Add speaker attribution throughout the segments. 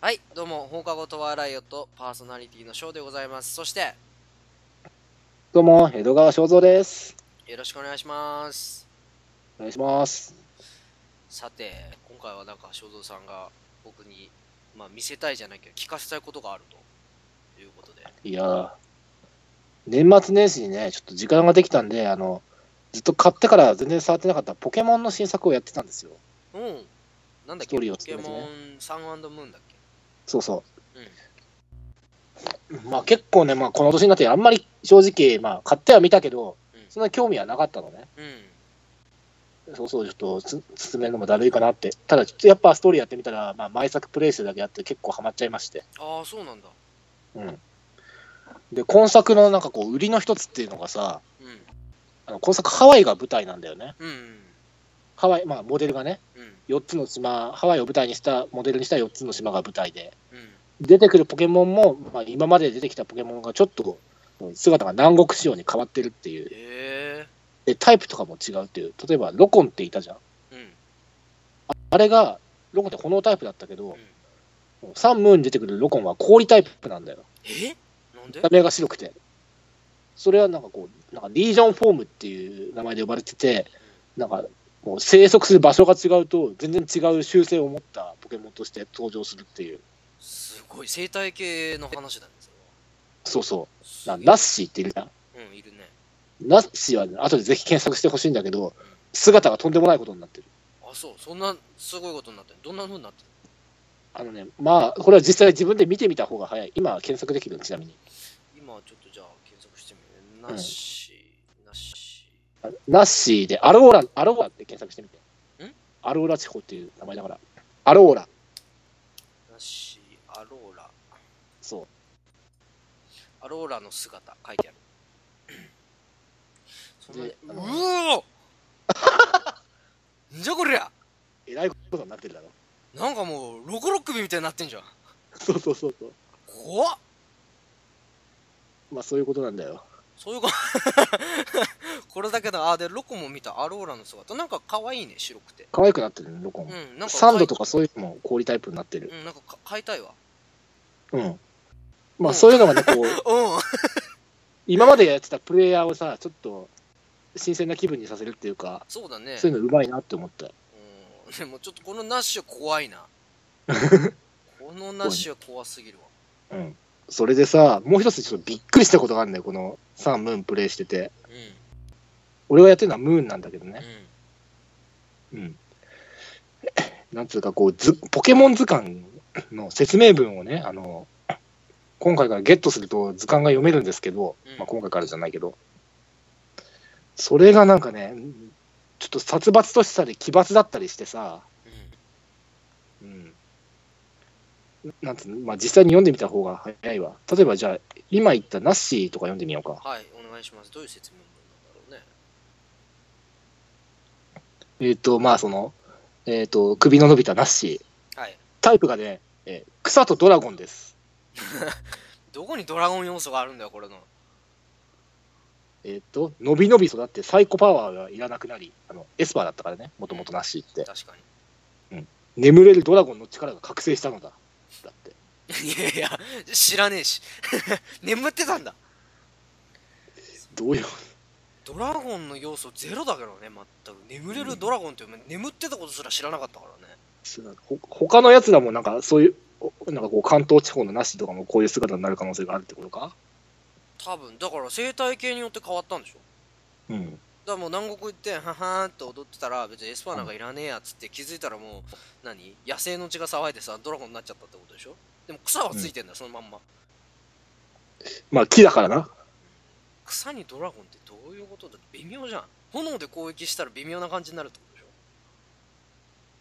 Speaker 1: はい、どうも、放課後とワーライオットパーソナリティのショーでございます。そして、
Speaker 2: どうも、江戸川正蔵です。
Speaker 1: よろしくお願いします。
Speaker 2: お願いします。
Speaker 1: さて、今回はなんか、正蔵さんが僕に、まあ、見せたいじゃないけど、聞かせたいことがあるということで。
Speaker 2: いやー、年末年始にね、ちょっと時間ができたんで、あの、ずっと買ってから全然触ってなかったポケモンの新作をやってたんですよ。
Speaker 1: うん、なんだっ
Speaker 2: スト
Speaker 1: け、
Speaker 2: ーリーを
Speaker 1: ポケ
Speaker 2: 進めてね
Speaker 1: モンサンムーンだっけ。
Speaker 2: そうそう。まあ結構ね、まあこの年になってあんまり正直、まあ買っては見たけど
Speaker 1: うん、
Speaker 2: そんな興味はなかったのね。
Speaker 1: うん、
Speaker 2: そうそう、ちょっとつ進めるのもだるいかなって。ただ、ちょっとやっぱストーリーやってみたら、まあ毎作プレイするだけあって結構ハマっちゃいまして。
Speaker 1: ああ、そうなんだ。
Speaker 2: うん。で、今作のなんかこう、売りの一つっていうのがさ、
Speaker 1: うん、うん、
Speaker 2: あの今作ハワイが舞台なんだよね。
Speaker 1: うん、
Speaker 2: ハワイ、まあモデルがね、
Speaker 1: うん、
Speaker 2: 4つの島、ハワイを舞台にした、モデルにした4つの島が舞台で、
Speaker 1: うん、
Speaker 2: 出てくるポケモンも、まあ、今まで出てきたポケモンがちょっと姿が南国仕様に変わってるっていう。
Speaker 1: え
Speaker 2: で、タイプとかも違うっていう。例えば、ロコンっていたじゃん。
Speaker 1: えうん、
Speaker 2: あれが、ロコンって炎タイプだったけ
Speaker 1: う
Speaker 2: ど
Speaker 1: ん、、
Speaker 2: サンムーンに出てくるロコンは氷タイプなんだよ。
Speaker 1: えなんで
Speaker 2: 見た目が白くて。それはなんかこう、なんかリージョンフォームっていう名前で呼ばれてて、なんかもう生息する場所が違うと全然違う習性を持ったポケモンとして登場するっていう。
Speaker 1: すごい、生態系の話だね、それは
Speaker 2: そうそ
Speaker 1: す
Speaker 2: う。な
Speaker 1: げえ
Speaker 2: ナッシーっているじゃん。
Speaker 1: うん、いるね。
Speaker 2: ナッシーは、ね、後でぜひ検索してほしいんだけど、姿がとんでもないことになってる。
Speaker 1: あ、そう、そんなすごいことになってる。どんな風になってる
Speaker 2: あのね、まあ、これは実際自分で見てみた方が早い。今検索できるちなみに。
Speaker 1: 今ちょっとじゃあ検索してみる
Speaker 2: う
Speaker 1: ね。
Speaker 2: ん
Speaker 1: なし、なし。
Speaker 2: ナッシーでアローラ、アローラって検索してみて
Speaker 1: ん。
Speaker 2: アローラ地方っていう名前だから。アローラ。
Speaker 1: なし、アローラ。
Speaker 2: そう。
Speaker 1: アローラの姿、書いてある。 そんな
Speaker 2: であ
Speaker 1: う
Speaker 2: の
Speaker 1: おーんじゃこりゃ
Speaker 2: えらいことになってるだろ。
Speaker 1: なんかもう、ロコロックビみたいになってんじゃん。
Speaker 2: そうそうそうそう。
Speaker 1: 怖っ
Speaker 2: まあそういうことなんだよ。
Speaker 1: そういうこと これだけだ。あ、で、ロコも見た。アローラの姿。なんか可愛いね、白くて。
Speaker 2: 可愛くなってるね、ロコ
Speaker 1: う
Speaker 2: ン。
Speaker 1: ん、なんか。
Speaker 2: サンドとかそういうのも氷タイプになってる
Speaker 1: う。ん、なんかか買いたいわ。
Speaker 2: うん。まあそういうのがね、こう、
Speaker 1: うん。
Speaker 2: 今までやってたプレイヤーをさ、ちょっと新鮮な気分にさせるっていうか、
Speaker 1: そうだね。
Speaker 2: そういうのうまいなって思った。
Speaker 1: うんでもちょっとこのナッシュ怖いな。このナッシュは怖すぎるわ。
Speaker 2: うん。それでさ、もう一つちょっとびっくりしたことがあるんだよ、このサン、ムーンプレイしてて。
Speaker 1: うん。
Speaker 2: 俺がやってるのはムーンなんだけど
Speaker 1: う
Speaker 2: ね。
Speaker 1: ん。
Speaker 2: うん。なんつうか、こう、ずポケモン図鑑の説明文をね、あの、今回からゲットすると図鑑が読めるんですけど、
Speaker 1: うん
Speaker 2: まあ、今回からじゃないけど、それがなんかね、ちょっと殺伐としたり奇抜だったりしてさ、うん、なんつうの、まあ、実際に読んでみた方が早いわ。例えばじゃあ、今言ったナッシーとか読んでみようか。
Speaker 1: はい、お願いします。どういう説明文なんだろ
Speaker 2: えっ、と、まあその、えっ、と、首の伸びたナッシー。
Speaker 1: うね。はい。
Speaker 2: タイプがね、えー草とドラゴンです。
Speaker 1: どこにドラゴン要素があるんだよ、これの。
Speaker 2: えっ、と、伸び伸び育ってサイコパワーがいらなくなり、あの、エスパーだったからね、もともとナッシーって。
Speaker 1: 確かに。
Speaker 2: 眠れるドラゴンの力が覚醒したのだ。だって。
Speaker 1: いやいや、知らねえし。 眠ってたんだ。
Speaker 2: どういう、
Speaker 1: ドラゴンの要素ゼロだけどね、全く。眠れるドラゴンって、眠ってたことすら知らなかったからね。
Speaker 2: ほ他のやつらもなんかそういう、おなんかこう関東地方のナッシーとかもこういう姿になる可能性があるってことか
Speaker 1: 多分、だから生態系によって変わったんでしょ
Speaker 2: う
Speaker 1: だ
Speaker 2: ん。
Speaker 1: からもう南国行ってははーんと踊ってたら別にエスパーなんかいらねえやっつって気づいたらもう何野生の血が騒いでさドラゴンになっちゃったってことでしょでも草はついてんだよ、そのまんま
Speaker 2: まあ木だからな。
Speaker 1: 草にドラゴンってどういうことだって微妙じゃん炎で攻撃したら微妙な感じになるってことでしょ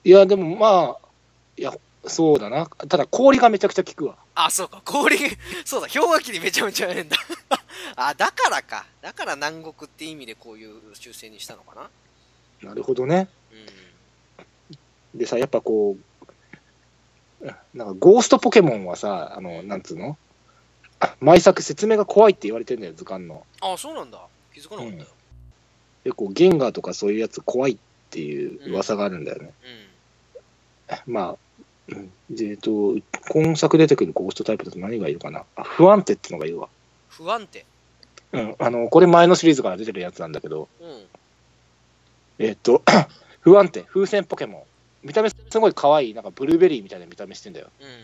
Speaker 2: いや、でもまあ、いや、そうだな。ただ氷がめちゃくちゃ効くわ。
Speaker 1: あそうか氷 そうだ氷河期にめちゃめちゃやれんだ あだからかだから南国って意味でこういう修正にしたのかな
Speaker 2: なるほどね。
Speaker 1: う
Speaker 2: でさ、やっぱこう、なんかゴーストポケモンはさ、あの、なんつうの毎作説明が怖いって言われてんだよ、図鑑の。
Speaker 1: んあそうなんだ気づかなかったよ
Speaker 2: 結構ゲンガーとかそういうやつ怖いっていう噂があるんだよね。
Speaker 1: うん、
Speaker 2: まあ、うん、で、えっと、今作出てくるゴーストタイプだと何がいるかなあ不安定ってのがいるわ。
Speaker 1: 不安定。
Speaker 2: うん、あの、これ前のシリーズから出てるやつなんだけど、
Speaker 1: うん。
Speaker 2: えっと、 不安定、風船ポケモン。見た目すごい可愛い、なんかブルーベリーみたいな見た目してんだよ。
Speaker 1: うんうん。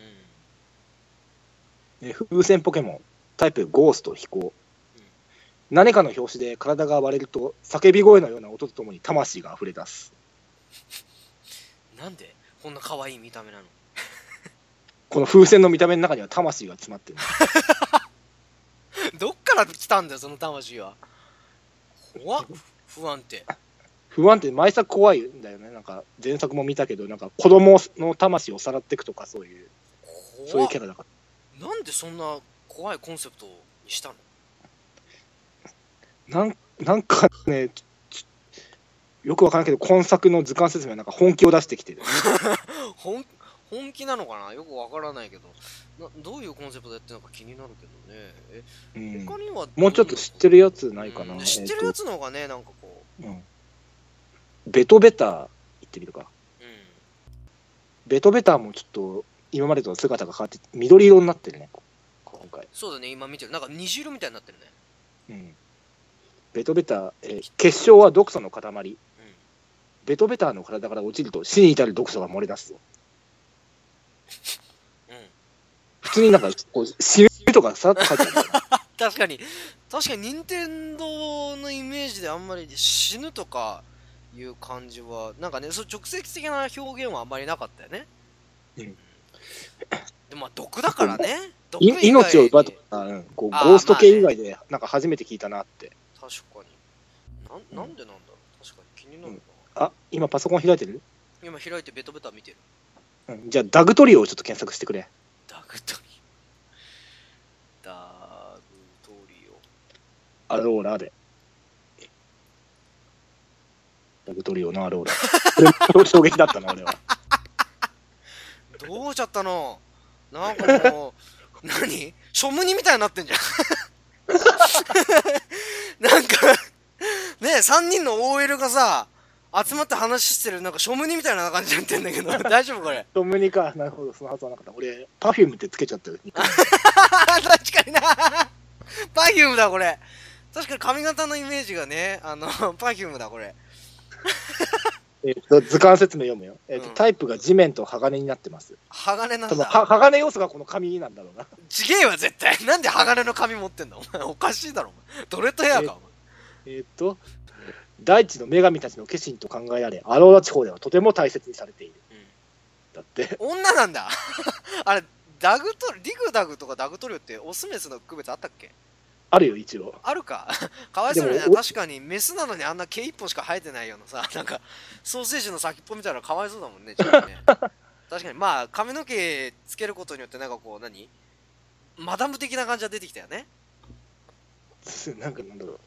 Speaker 2: で風船ポケモン、タイプゴースト飛行。何かの拍子で体が割れると叫び声のような音とともに魂が溢れ出す。
Speaker 1: なんでこんな可愛い見た目なの
Speaker 2: この風船の見た目の中には魂が詰まってる。
Speaker 1: どっから来たんだよ、その魂は。怖っ。不安定。
Speaker 2: 不安定、毎作怖いんだよね。なんか前作も見たけど、なんか子供の魂をさらっていくとかそういう、そうい
Speaker 1: 怖
Speaker 2: う
Speaker 1: っ
Speaker 2: キャラだから。
Speaker 1: なんでそんな怖いコンセプトにしたの
Speaker 2: なんなんかね、ちちよくわからんけど、今作の図鑑説明はなんか本気を出してきてる。
Speaker 1: 本本気なのかなよくわからないけどな。どういうコンセプトでやってるのか気になるけどね。え
Speaker 2: うん
Speaker 1: 他には
Speaker 2: もうちょっと知って
Speaker 1: る
Speaker 2: るやつないかな。
Speaker 1: 知ってるやつの方がね、なんかこ
Speaker 2: えっとうんベトベター行ってみるか。
Speaker 1: う、う
Speaker 2: ベトベターもちょっと今までとは姿が変わって、緑色になってるね、今回
Speaker 1: ん。。そうだね、今見てる。なんか虹色みたいになってるね。
Speaker 2: うんベトベター、えー結晶は毒素の塊。
Speaker 1: うん。
Speaker 2: ベトベターの体から落ちると死に至る毒素が漏れ出すよ。
Speaker 1: うん、
Speaker 2: 普通になんかこう死ぬとかさらっと書いてある よ。
Speaker 1: 確かに確かに任天堂のイメージであんまり死ぬとかいう感じはなんかねそう直接的な表現はあんまりなかったよね、
Speaker 2: うん
Speaker 1: でもまあ毒だからね毒以
Speaker 2: い
Speaker 1: 外に
Speaker 2: 命を奪うとか、うんこう
Speaker 1: あー
Speaker 2: ゴースト系以外で、なんか初めて聞いたなって。
Speaker 1: 確かになんなんでなんだろう確かに気になるな、
Speaker 2: あ,、今パソコン開いてる、
Speaker 1: 今開いてベトベタ見てる
Speaker 2: うん、じゃあ、ダグトリオをちょっと検索してくれ。
Speaker 1: ダグトリオダグトリオ
Speaker 2: アローラで。ダグトリオのアローラ。これも衝撃だったな、俺は。
Speaker 1: どうしちゃったのなんかも う何ショムニみたいになってんじゃん なんかね3人の OL がさ集まって話してるなんかショムニみたいな感じになってんだけど 大丈夫これ
Speaker 2: ドムニか。なるほど、そのはずはなかった。俺、パフュームってつけちゃったよ。
Speaker 1: 確かになパフュームだこれ確かに髪型のイメージがねあのパフュームだこれ
Speaker 2: えっと図鑑説明読むよ、えっと
Speaker 1: うん
Speaker 2: タイプが地面と鋼になってます。
Speaker 1: 鋼なん
Speaker 2: 多
Speaker 1: だ
Speaker 2: 分は鋼要素がこの紙なんだろうな。
Speaker 1: ちげえわ絶対なんで鋼の髪持ってんだお前おかしいだろお前ドレッドヘアかお前
Speaker 2: えっと、大地の女神たちの化身と考えられ、アローラ地方ではとても大切にされている。
Speaker 1: うん
Speaker 2: だって、
Speaker 1: 女なんだ あれダグトリグダグとかダグトリオってオスメスの区別あったっけ
Speaker 2: あるよ、一応。
Speaker 1: あるか かわいそうにね
Speaker 2: でもお
Speaker 1: 確かにメスなのにあんな毛一本しか生えてないようなさ なんかソーセージの先っぽみたいなのかわいそうだもんねちょっと ね確かにまあ髪の毛つけることによってなんかこう何マダム的な感じが出てきたよね
Speaker 2: なんかなんだろう。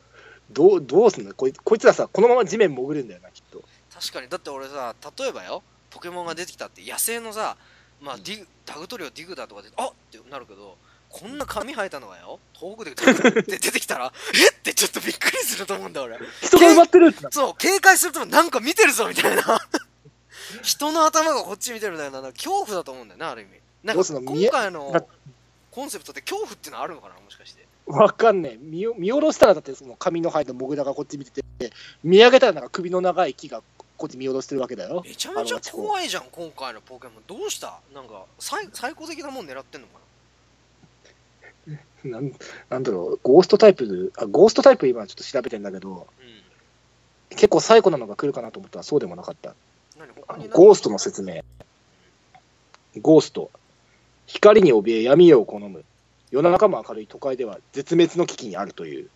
Speaker 2: どうどうすんのこいこいつらさ、このまま地面潜るんだよな、きっと。
Speaker 1: 確かにだって俺さ例えばよポケモンが出てきたって野生のさまあディグダグトリオディグダとかであっってなるけどこんな髪生えたのがよ遠くでダグって出てきたら えってちょっとびっくりすると思うんだ俺
Speaker 2: 人が埋まってるってな
Speaker 1: そう警戒するとなんか見てるぞみたいな 人の頭がこっち見てるみたいななんか恐怖だと思うんだよなある意味なん
Speaker 2: どう
Speaker 1: か
Speaker 2: すんの見え
Speaker 1: 今回の
Speaker 2: な
Speaker 1: コンセプトって恐怖っていうのはあるのかなもしかして
Speaker 2: わかんねえ見よ。見下ろしたら、だってその髪の生えたモグラがこっち見てて、見上げたらなんか首の長い木がこっち見下ろしてるわけだよ。
Speaker 1: めちゃめちゃ怖いじゃん今回のポケモンどうしたなんか最最高的なもん狙ってんのかな
Speaker 2: なんなんだろう、ゴーストタイプあ、ゴーストタイプ今ちょっと調べてんだけど、
Speaker 1: うん
Speaker 2: 結構最古なのが来るかなと思ったらそうでもなかった。
Speaker 1: 何
Speaker 2: あ
Speaker 1: 他
Speaker 2: の
Speaker 1: に
Speaker 2: ゴーストの説明。ゴースト。光に怯え闇を好む。夜中も明るい都会では絶滅の危機にあるという。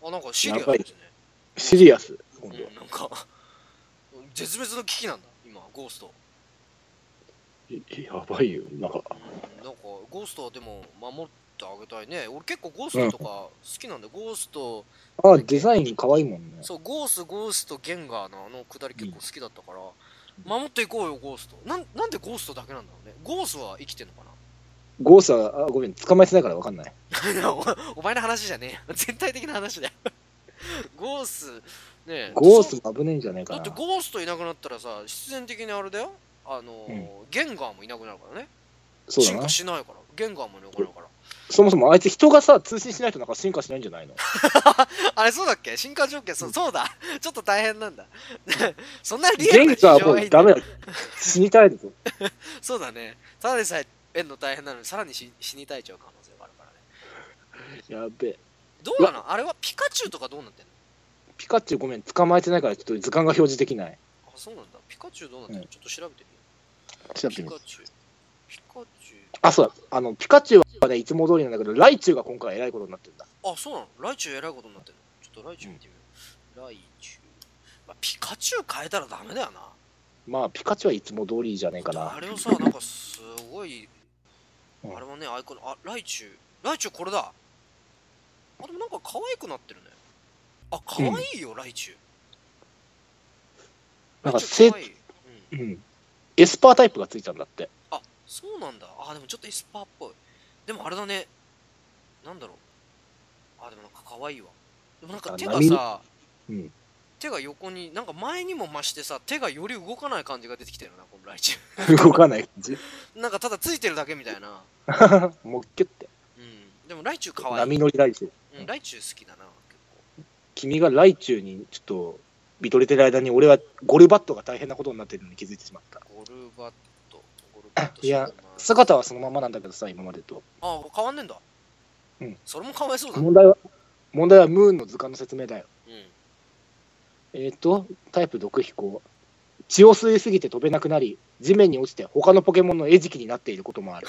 Speaker 1: おうあなんかシリアスですね
Speaker 2: シリアス。今度は
Speaker 1: うんなんか絶滅の危機なんだ今ゴースト
Speaker 2: えやばいよ。なんか、
Speaker 1: うんなんかゴーストはでも守ってあげたいね俺結構ゴーストとか好きなんで、ゴースト
Speaker 2: あ、デザイン可愛いもんね。
Speaker 1: そうゴースゴーストゲンガーのあのくだり結構好きだったから、
Speaker 2: うん
Speaker 1: 守っていこうよゴーストなんなんでゴーストだけなんだろうねゴースは生きてんのかな
Speaker 2: ゴーストは、あごめん、捕まえてないからわかんない。
Speaker 1: いやおお前の話じゃねえよ全体的な話だよゴースねえ
Speaker 2: ゴーストも危ねえんじゃねえか
Speaker 1: だって。
Speaker 2: な
Speaker 1: ゴーストいなくなったらさ必然的にあれだよあのー
Speaker 2: うん
Speaker 1: ゲンガーもいなくなるからね
Speaker 2: そうだ
Speaker 1: 進
Speaker 2: な
Speaker 1: 化。しないからゲンガーもいなくなるから
Speaker 2: そもそもあいつ人がさ、通信しないとなんか進化しないんじゃないの
Speaker 1: あれそうだっけ進化条件そうそうだ ちょっと大変なんだ そんなリア
Speaker 2: ゲ
Speaker 1: ル
Speaker 2: ン
Speaker 1: な
Speaker 2: ガ
Speaker 1: 事
Speaker 2: ー
Speaker 1: 情
Speaker 2: も
Speaker 1: はいういんだ
Speaker 2: ダメだ。死にたいですよ。
Speaker 1: そうだねただでさえ縁の大変なのにさらに死死にたいちゃう可能性があるからね
Speaker 2: やべえ。
Speaker 1: どうなのあれはピカチュウとかどうなってんの
Speaker 2: ピカチュウごめん、捕まえてないからちょっと図鑑が表示できない。
Speaker 1: あそうなんだピカチュウどうなってんの、
Speaker 2: うん
Speaker 1: ちょっと調べてみよう
Speaker 2: 調べ
Speaker 1: ピ
Speaker 2: てみる
Speaker 1: カチュウピカチ
Speaker 2: あ、そうだ。あの、ピカチュウはね、いつも通りなんだけど、ライチュウが今回偉いことになってるんだ。
Speaker 1: ュウあそうなのライチュウえらいことになってるのちょっとライチュウ見てみよう、ライチュウ、まあ、ピカチュウ変えたらダメだよな
Speaker 2: まあ、ピカチュウはいつも通りじゃねえか
Speaker 1: あ
Speaker 2: な。
Speaker 1: れをさなんかすごいあ
Speaker 2: うん
Speaker 1: れはねアイコンあライチュウライチュウこれだあでもなんか可愛くなってるねあ可愛いよ、ライチュウ
Speaker 2: なん
Speaker 1: ラ
Speaker 2: か、
Speaker 1: イチュ
Speaker 2: せ
Speaker 1: ウ可愛いうん
Speaker 2: うん。エスパータイプがついたん だって。
Speaker 1: あそうなんだあでもちょっとエスパーっぽいでもあれだねなんだろうあでもなんか可愛いわでもなんか手がさ、
Speaker 2: 波うん
Speaker 1: 手が横になんか前にも増してさ手がより動かない感じが出てきてるなこのライチ
Speaker 2: 動かない感じ。
Speaker 1: ュウ なんかただついてるだけみたいな
Speaker 2: もうキュッて。
Speaker 1: うんでもライチュウ可愛い、
Speaker 2: 波乗りライチュウ。
Speaker 1: うん、ライチュウ好きだな結構
Speaker 2: 君がライチュウにちょっと、見とれてる間に俺はゴルバットが大変なことになってるのに気づいてしまった。
Speaker 1: ゴルバットゴルバット
Speaker 2: いや
Speaker 1: 知らない
Speaker 2: 姿はそのままなんだけどさ、今までと。
Speaker 1: あ変わんねえんだ
Speaker 2: うん
Speaker 1: それもかわいそうだね
Speaker 2: 問題は、問題はムーンの図鑑の説明だよ。
Speaker 1: うん
Speaker 2: えっ、と、タイプ毒飛行。血を吸いすぎて飛べなくなり、地面に落ちて他のポケモンの餌食になっていることも ある。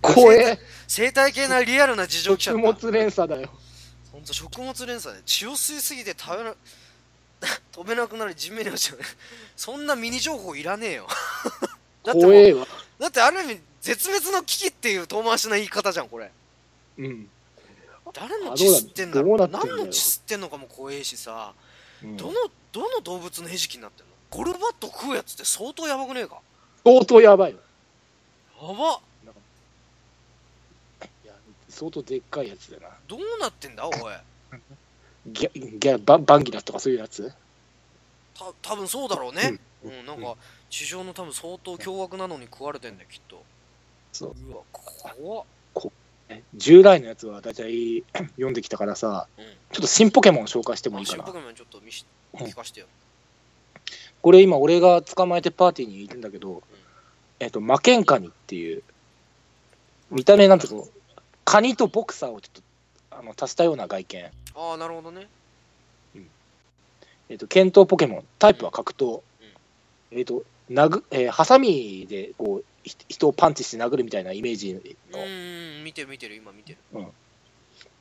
Speaker 2: 怖え、
Speaker 1: 生態系なリアルな事情来ちゃ
Speaker 2: 食
Speaker 1: った
Speaker 2: 物連鎖だよ。
Speaker 1: ほんと食物連鎖で血を吸いすぎて食べな 飛べなくなり地面に落ちちゃう そんなミニ情報いらねえよ だってもう
Speaker 2: 怖えわ。
Speaker 1: だってある意味絶滅の危機っていう遠回しな言い方じゃんこれ
Speaker 2: うん。
Speaker 1: 誰の
Speaker 2: あ
Speaker 1: 血
Speaker 2: どうだ
Speaker 1: 吸ってんだろ
Speaker 2: ど
Speaker 1: う
Speaker 2: うなってんだよ
Speaker 1: 何の血吸ってんのかも怖えしさ、
Speaker 2: うん
Speaker 1: どのどの動物の餌食になってんのゴルバット食うやつって相当やばくねえか
Speaker 2: 相当やばいよ。
Speaker 1: やば
Speaker 2: いや相当でっかいやつだな。
Speaker 1: どうなってんだおい
Speaker 2: ギャ、ギャ、ババンギラとかそういうやつ
Speaker 1: た多分そうだろうね、う
Speaker 2: うんん
Speaker 1: なんか地上の多分相当凶悪なのに食われてんだよきっと
Speaker 2: そう
Speaker 1: うわ怖っ
Speaker 2: 従来のやつは大体 読んできたからさ、
Speaker 1: うん
Speaker 2: ちょっと新ポケモン紹介してもいいか
Speaker 1: 新
Speaker 2: な
Speaker 1: ポケ。モンちょっと見し
Speaker 2: うん
Speaker 1: 聞かしてよ。
Speaker 2: これ今俺が捕まえてパーティーにいるんだけど、えっ、と、魔剣カニっていう、見た目なんていうのカニとボクサーをちょっとあの足したような外見。
Speaker 1: ああ、なるほどね。
Speaker 2: えっ、と、剣闘ポケモン。タイプは格闘。えっ、と、殴、えーハサミでこう、ひ人をパンチして殴るみたいなイメージ
Speaker 1: う
Speaker 2: の。
Speaker 1: ーん、見てる見てる、今見てる。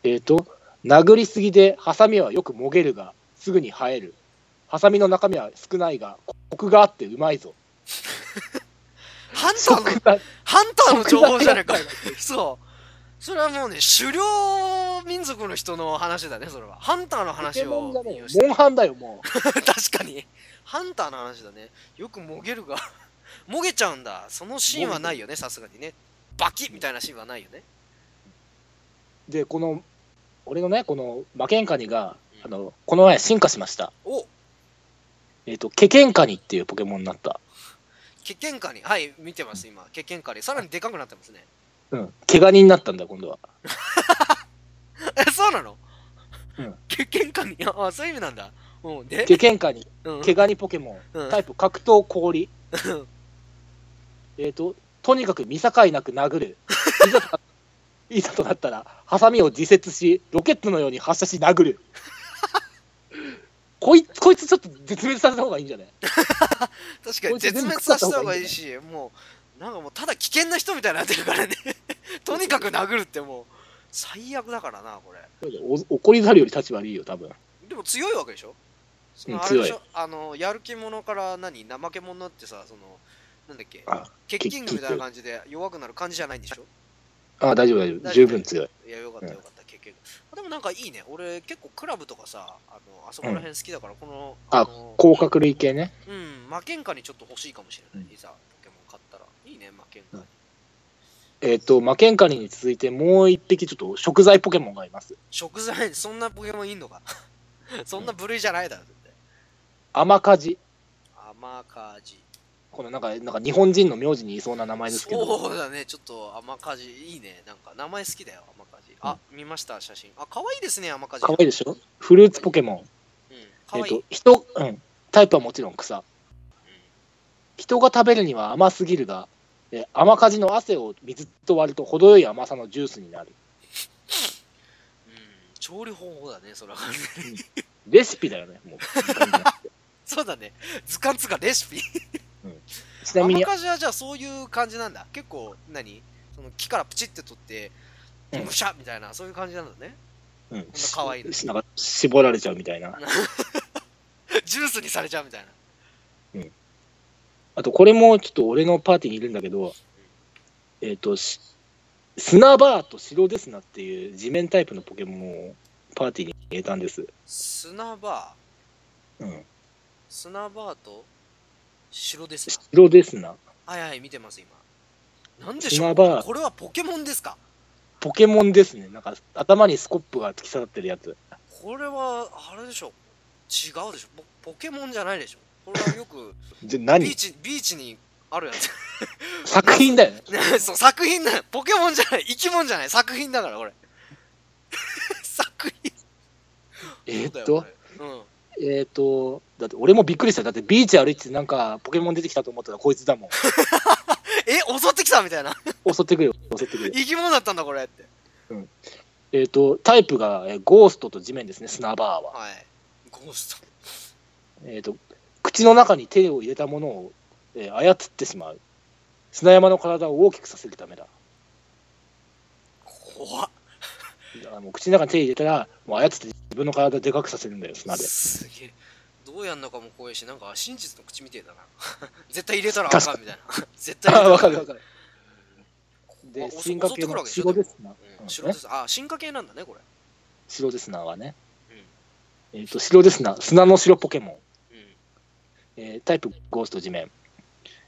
Speaker 2: えっ、と、殴りすぎで、ハサミはよくもげるが、すぐに生える。ハサミの中身は少ないが、コクがあってうまいぞ。
Speaker 1: ハンターの、
Speaker 2: 即断
Speaker 1: ハンターの情報じゃねえか
Speaker 2: 即。
Speaker 1: そう。それはもうね、狩猟民族の人の話だね、それは。ハンターの
Speaker 2: ポケ
Speaker 1: 話
Speaker 2: モンじゃ
Speaker 1: を
Speaker 2: ねえ
Speaker 1: 引
Speaker 2: よ
Speaker 1: 用して。
Speaker 2: モンハンだよ、も
Speaker 1: 確かに。ハンターの話だね。よくもげるが。 もげちゃうんだ。そのシーンはないよね、さすがにね。バキッみたいなシーンはないよね。
Speaker 2: う。で、この、俺のね、この、魔剣カニが、
Speaker 1: う
Speaker 2: あ
Speaker 1: ん
Speaker 2: の、この前進化しました。
Speaker 1: お
Speaker 2: えっ、と、ケケンカニっていうポケモンになった。
Speaker 1: ケケンカに。はい、見てます、今。ケケンカに。さらにでかくなってますね。
Speaker 2: うん。毛ガニになったんだ、今度は。
Speaker 1: え、そうなの
Speaker 2: うん
Speaker 1: け喧嘩に ああ、そういう意味なんだ。うん、で、
Speaker 2: ケケンカニ、
Speaker 1: うん、
Speaker 2: 毛ガニポケモ
Speaker 1: うん
Speaker 2: ン、タイプ格闘氷
Speaker 1: ん。
Speaker 2: えっと、とにかく見境なく 殴る。いざといざとなったら、ハサミを自節し、ロケットのように発射し殴 る。こいつ、こいつちょっと絶滅させた方がいいんじゃない
Speaker 1: 確かに絶滅させた方がいいし、もう、なんかもう、ただ危険な人みたいになってる からね。とにかく殴るってもう、最悪だからな、これ。
Speaker 2: お怒りざるより立場悪いよ、多分。
Speaker 1: でも強いわけでしょそ
Speaker 2: うん
Speaker 1: のあれでし
Speaker 2: 強
Speaker 1: ょあの、やる気者から何、怠け者になってさ、その、なんだっけ
Speaker 2: あ、
Speaker 1: キッキングみたいな感じで弱くなる感じじゃないんでしょ
Speaker 2: ああ、大丈夫、大
Speaker 1: 丈
Speaker 2: 丈
Speaker 1: 夫
Speaker 2: 夫。十分強い。
Speaker 1: いや、よかっ
Speaker 2: う
Speaker 1: た
Speaker 2: ん
Speaker 1: よかった、結局。あでもなんかいいね。俺、結構クラブとかさ、あの、あそこら辺好きだから、この、
Speaker 2: あ
Speaker 1: の
Speaker 2: 甲殻類系ね。
Speaker 1: うん、魔剣化にちょっと欲しいかもしれない。
Speaker 2: うん
Speaker 1: いざ、ポケモン買ったら。いいね、魔剣化に。
Speaker 2: えっ、と、魔剣カニに続いて、もう一匹ちょっと食材ポケモンがいます。
Speaker 1: 食材、そん なポケモンいんのかそんな部類じゃないだろ、絶対。
Speaker 2: アマカジ。
Speaker 1: 甘甘かじ
Speaker 2: このなんか、なんか日本人の名字にいそうな名前ですけど、
Speaker 1: そうだねちょっと甘かじいいねなんか名前好きだよ甘かじあ、見ました写真あ可愛いですね甘かじ
Speaker 2: かわいいでしょフルーツポケモン。
Speaker 1: うん
Speaker 2: え
Speaker 1: 可
Speaker 2: っ、
Speaker 1: 愛い、
Speaker 2: と、人、うん、タイプはもちろん草。人が食べるには甘すぎるが、え甘かじの汗を水と割ると程よい甘さのジュースになる。
Speaker 1: うん、うん、調理方法だねそれは
Speaker 2: レシピだよね、もう。
Speaker 1: そうだね図鑑つかレシピ
Speaker 2: ちなみに
Speaker 1: 甘、かじはじゃあそういう感じなんだ結構何その木からプチって取って
Speaker 2: うん
Speaker 1: むしゃみたいなそういう感じなんだね
Speaker 2: うん、
Speaker 1: な可愛いね
Speaker 2: しなんか絞られちゃうみたいな。
Speaker 1: ジュースにされちゃうみたいな
Speaker 2: あと、これもちょっと俺のパーティーにいるんだけど、えっ、と、し砂バーと白デスナっていう地面タイプのポケモンをパーティーに入れたんです。
Speaker 1: 砂バー
Speaker 2: うん。
Speaker 1: 砂バーと白ですか
Speaker 2: 白デスナ。
Speaker 1: はいはい見てます今なんでしょ
Speaker 2: 砂
Speaker 1: う
Speaker 2: バー、
Speaker 1: これはポケモンですか
Speaker 2: ポケモンですね。なんか頭にスコップが突き刺さってるやつ。
Speaker 1: これはあれでしょ違うでしょポポケモンじゃないでしょこれはよく
Speaker 2: じゃ、
Speaker 1: ビ
Speaker 2: 何
Speaker 1: ーチビーチにあるやつ
Speaker 2: 作品だよね。
Speaker 1: ね そう作品だよポケモンじゃない生き物じゃない作品だからこれ 作品
Speaker 2: えーっ
Speaker 1: そう
Speaker 2: と
Speaker 1: だ、よこれうん
Speaker 2: えーっと、だって俺もびっくりしたよ。だってビーチ歩いててなんかポケモン出てきたと思ったらこいつだもん。
Speaker 1: え襲ってきたみ たいな
Speaker 2: 襲ってくるよ、襲ってくるよ。
Speaker 1: 生き物だったんだこれって
Speaker 2: えーっと、タイプがえーゴーストと地面ですね、砂バーは。
Speaker 1: はいゴースト
Speaker 2: えーっと、口の中に手を入れたものを、えー操ってしまう。砂山の体を大きくさせるためだ。
Speaker 1: 怖っ
Speaker 2: あの口の中に手を入れたら、もう操って自分の体をでかくさせるんだよ、砂で。
Speaker 1: すげえどうやんのかも怖いしなんか真実の口みてえだな 絶対入れたらあかんみたいな 絶対入れた
Speaker 2: あ、
Speaker 1: ら
Speaker 2: わかるわかる。
Speaker 1: あ
Speaker 2: で、
Speaker 1: 襲
Speaker 2: 進化系
Speaker 1: 襲ってくるわ
Speaker 2: の
Speaker 1: けでしょ
Speaker 2: 白ですな。
Speaker 1: うん白ですあ進化系なんだねこれ
Speaker 2: 白ですなはね。えーっと、白ですな、砂の白ポケモン。
Speaker 1: うんうん
Speaker 2: えータイプゴースト地面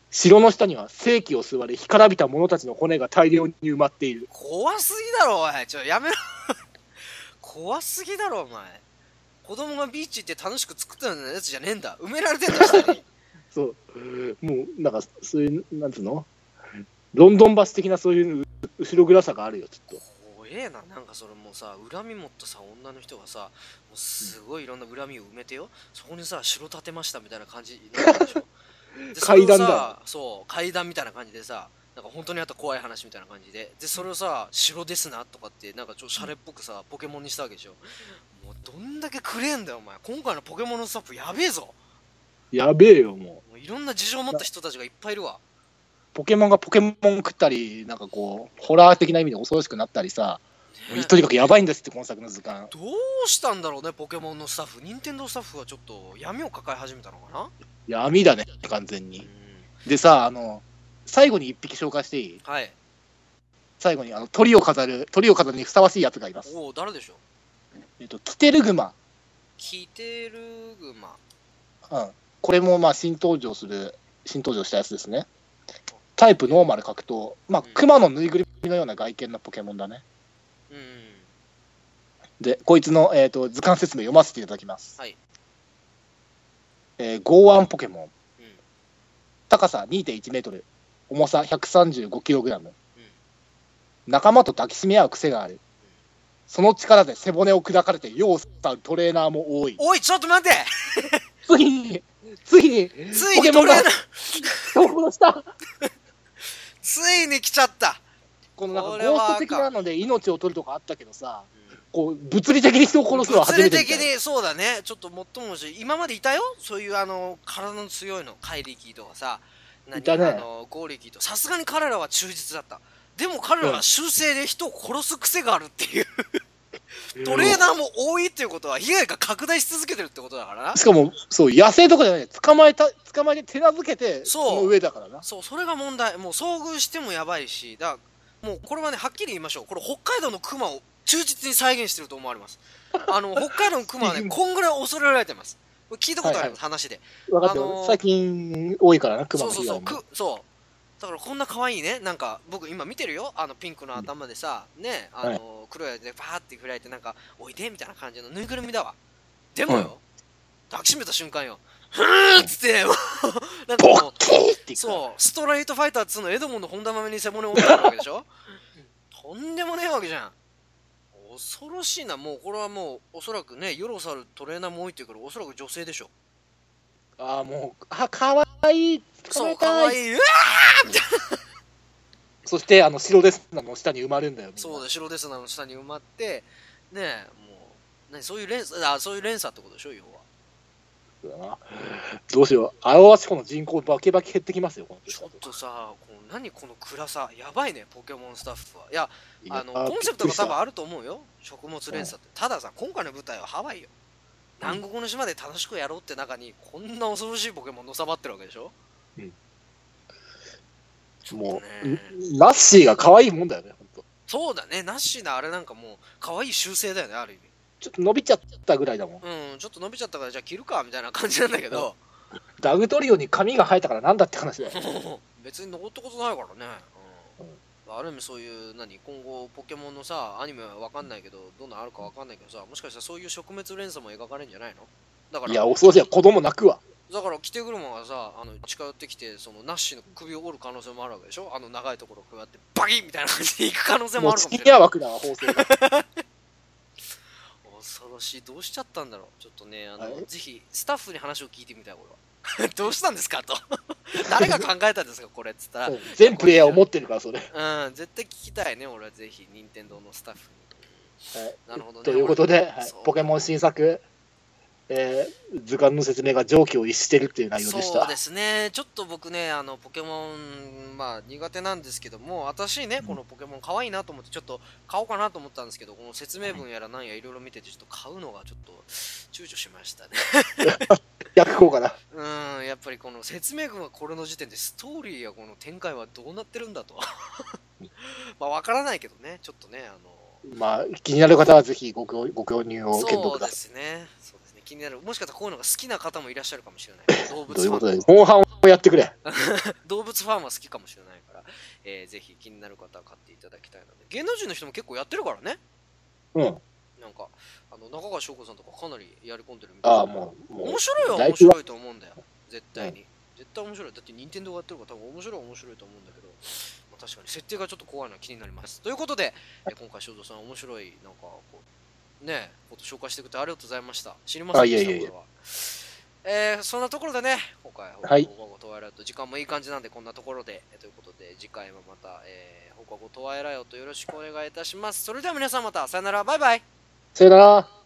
Speaker 2: 城の下には正気を吸われ干からびた者たちの骨が大量に埋まっている
Speaker 1: 怖すぎだろおいちょやめろ 怖すぎだろお前子供がビーチ行って楽しく作ったようなやつじゃねえんだ埋められてんだ下に
Speaker 2: そうもうなんかそういうなんつうのロンドンバス的なそういうう後ろ暗さがあるよちょっ
Speaker 1: 怖えななんかそれもうさ恨み持ったさ女の人がさもうすごいいろんな恨みを埋めてよそこにさ城建てましたみたいな感じになるでしょで
Speaker 2: 階段
Speaker 1: それ
Speaker 2: だ
Speaker 1: をさそう階段みたいな感じでさなんか本当にあった怖い話みたいな感じででそれをさ「城ですな」とかってなんかちょっとシャレっぽくさポケモンにしたわけでしょもうどんだけくれえんだよお前今回のポケモンのスタッフやべえぞ
Speaker 2: とやべえよもう
Speaker 1: もういろんな事情を持った人たちがいっぱいいるわ
Speaker 2: ポケモンがポケモン食ったりなんかこうホラー的な意味で恐ろしくなったりさもうとにかくやばいんですって今作の図鑑
Speaker 1: どうしたんだろうねポケモンのスタッフ任天堂スタッフがちょっと闇を抱え始めたのかな、
Speaker 2: 闇だね完全
Speaker 1: う
Speaker 2: に
Speaker 1: ん、
Speaker 2: でさあの最後に一匹紹介していい
Speaker 1: はい
Speaker 2: 最後にあの鳥を飾る鳥を飾るにふさわしいやつがいます
Speaker 1: おお誰でしょう
Speaker 2: えっとキテルグマ
Speaker 1: キテルグマ
Speaker 2: うん、これもまあ新登場する新登場したやつですねタイプノーマル格闘まあ
Speaker 1: うん
Speaker 2: クマのぬいぐるみのような外見のポケモンだね
Speaker 1: うん
Speaker 2: でこいつの、えー、と図鑑説明読ませていただきます、
Speaker 1: はい
Speaker 2: えー、剛腕ポケモン、
Speaker 1: うん
Speaker 2: 高さ2 1メートル重さ1 3 5キログラム仲間と抱きしめ合う癖があるその力で背骨を砕かれて世を去るトレーナーも多い
Speaker 1: おいちょっと待って
Speaker 2: ついについに
Speaker 1: つい
Speaker 2: ポ
Speaker 1: に
Speaker 2: ケ
Speaker 1: ト
Speaker 2: モン
Speaker 1: レ
Speaker 2: が
Speaker 1: ーナー
Speaker 2: 競合した
Speaker 1: ついに来ちゃった、
Speaker 2: このなんかゴ
Speaker 1: これは
Speaker 2: ースト的なので命を取るとかあったけどさこう物理的に人を殺すのは初
Speaker 1: 物
Speaker 2: め
Speaker 1: 理
Speaker 2: てみ
Speaker 1: 的
Speaker 2: たいな
Speaker 1: にそうだねちょっともっともだし今までいたよそういうあの体の強いの怪力とかさ何
Speaker 2: いたね
Speaker 1: あの剛力とさすがに彼らは忠実だったでも彼らは修正で人を殺す癖があるっていう、トレーナーも多いっていうことは被害が拡大し続けてるってことだからな
Speaker 2: しかもそう野生とかじゃない捕まえた捕まえて手なずけて
Speaker 1: そう
Speaker 2: その上だからな
Speaker 1: そうそれが問題もう遭遇してもやばいしだからもうこれはねはっきり言いましょうこれ北海道のクマを忠実に再現してると思われ ますあの北海道のクマはねこんぐらい恐れられてますこれ聞いたことあります、話で
Speaker 2: 分かってる、
Speaker 1: あのー
Speaker 2: 最近多いからな熊
Speaker 1: そ
Speaker 2: の
Speaker 1: うそうそ
Speaker 2: 被
Speaker 1: う
Speaker 2: 害も
Speaker 1: くそうだからこんな可愛いねなんか僕今見てるよあのピンクの頭でさ、ねあの、
Speaker 2: はい
Speaker 1: 黒いやつでパーって振られてなんかおいでみたいな感じのぬいぐるみだわでもよ、抱きしめた瞬間よふーっつって、もう なんか
Speaker 2: ボ
Speaker 1: も
Speaker 2: ッキーっ
Speaker 1: う、
Speaker 2: ていくから
Speaker 1: そう、ストライトファイター2のエドモンの本田豆に背骨を折ったわけでしょとんでもねえわけじゃん。恐ろしいな、もうこれはもう、おそらくね、世論去るトレーナーも多いっていうから、おそらく女性でしょ。
Speaker 2: ああもうあかわいい
Speaker 1: そ
Speaker 2: 捕ま
Speaker 1: う、
Speaker 2: え
Speaker 1: か
Speaker 2: た
Speaker 1: わ
Speaker 2: い
Speaker 1: いい。うわ
Speaker 2: そしてあの白ですなの下に埋まるんだよみんな
Speaker 1: そうだ、白デスナの下に埋まって、ねえ、もう、何そういう連鎖、あ、そういう連鎖ってことでしょ、要は。
Speaker 2: だなどうしよう青足湖の人口バケバケ減ってきますよこの
Speaker 1: ち
Speaker 2: 人
Speaker 1: ょっとさ、この何この暗さ、やばいね、ポケモンスタッフは。いや、
Speaker 2: いや
Speaker 1: あの
Speaker 2: ー
Speaker 1: コンセプトが
Speaker 2: びっくりした
Speaker 1: 多分あると思うよ、食物連鎖って。たださ、今回の舞台はハワイよ。南国の島で楽しくやろうって中に、こんな恐ろしいポケモンのさばってるわけでしょ
Speaker 2: もう、
Speaker 1: ね
Speaker 2: んラッシーが可愛いもんだよね、ほんと。
Speaker 1: そうだね、ナッシーなあれなんかもう、可愛い修正だよね、ある意
Speaker 2: ちょっと伸びちゃったぐらいだもん。
Speaker 1: 味。うん、ちょっと伸びちゃったから、じゃあ切るか、みたいな感じなんだけど、
Speaker 2: ダグトリオに髪が生えたからなんだって話だよ。
Speaker 1: 別に残ったことないからね。うん
Speaker 2: うん
Speaker 1: ある意味そういう何今後ポケモンのさアニメは分かんないけどどんなのあるか分かんないけどさもしかしたらそういう食物連鎖も描かれるんじゃないのだから
Speaker 2: いや、恐ろしいわ。子供泣くわ。
Speaker 1: だから着てくるもんがさあの近寄ってきてそのナッシーの首を折る可能性もあるわけでしょあの長いところをこうやってバキッみたいな感じでいく可能性も
Speaker 2: も
Speaker 1: あ
Speaker 2: う
Speaker 1: るか
Speaker 2: チ
Speaker 1: もし
Speaker 2: キ
Speaker 1: れ
Speaker 2: ン
Speaker 1: ない
Speaker 2: アワクだわ、法 制が。
Speaker 1: 恐ろしいどうしちゃったんだろうちょっとねあの、
Speaker 2: はい
Speaker 1: ぜひスタッフに話を聞いてみたいこれは どうしたんですかと誰が考えたんですかこれっつった
Speaker 2: うん全プレイヤーを持ってるから、それ。
Speaker 1: らうん絶対聞きたいね俺はぜひ任天堂のスタッフ
Speaker 2: はい
Speaker 1: になるほどね
Speaker 2: ということで、
Speaker 1: 俺
Speaker 2: はい
Speaker 1: そう
Speaker 2: ポケモン新作、えー図鑑の説明が上記を逸してるっていう内容でし
Speaker 1: そう
Speaker 2: た
Speaker 1: で。すねちょっと僕ねあのポケモンまあ苦手なんですけども私ね
Speaker 2: うん
Speaker 1: このポケモン可愛いなと思ってちょっと買おうかなと思ったんですけどこの説明文やらなんやいろいろ見ててちょっと買うのがちょっと躊躇しましたね
Speaker 2: 逆効果だ。
Speaker 1: うんやっぱりこの説明文はこれの時点でストーリーやこの展開はどうなってるんだと まあわからないけどねちょっとねあの
Speaker 2: まあ、気になる方はぜひご購ご購入を検討
Speaker 1: そう
Speaker 2: く
Speaker 1: で
Speaker 2: ださ
Speaker 1: すねそうですね気になるもしかしたらこういうのが好きな方もいらっしゃるかもしれ ない動
Speaker 2: い。
Speaker 1: 物
Speaker 2: と
Speaker 1: ファ
Speaker 2: い
Speaker 1: ン
Speaker 2: うことで、モンハンをやってくれ。
Speaker 1: 動物ファンは好きかもしれないから、えーぜひ気になる方は買っていただきたいので芸能人の人も結構やってるからね
Speaker 2: うん。
Speaker 1: なんかあの中川翔子さんとかかなりやり込んでるみたい
Speaker 2: あ
Speaker 1: な
Speaker 2: あ、もう、も
Speaker 1: 面白いは
Speaker 2: だい
Speaker 1: 面
Speaker 2: ぶ
Speaker 1: 白いと思うんだよ絶対に、絶対面白いだって任天堂がやってるから多分面白いは面白いと思うんだけど、まあ、確かに設定がちょっと怖いのは気になりますということで、えー今回正蔵さん面白いなんかこうねえこと紹介してくれてありがとうございました知りませんでした
Speaker 2: あいえいえい
Speaker 1: こ
Speaker 2: え
Speaker 1: れはえーそんなところでね、今回、
Speaker 2: はい
Speaker 1: 放課後トワイライト、時間もいい感じなんで、こんなところで、えーということで、次回もまた、えー、放課後トワイライトよろしくお願いいたします。それでは皆さんまた、さよなら、バイバイ
Speaker 2: う。さよなら。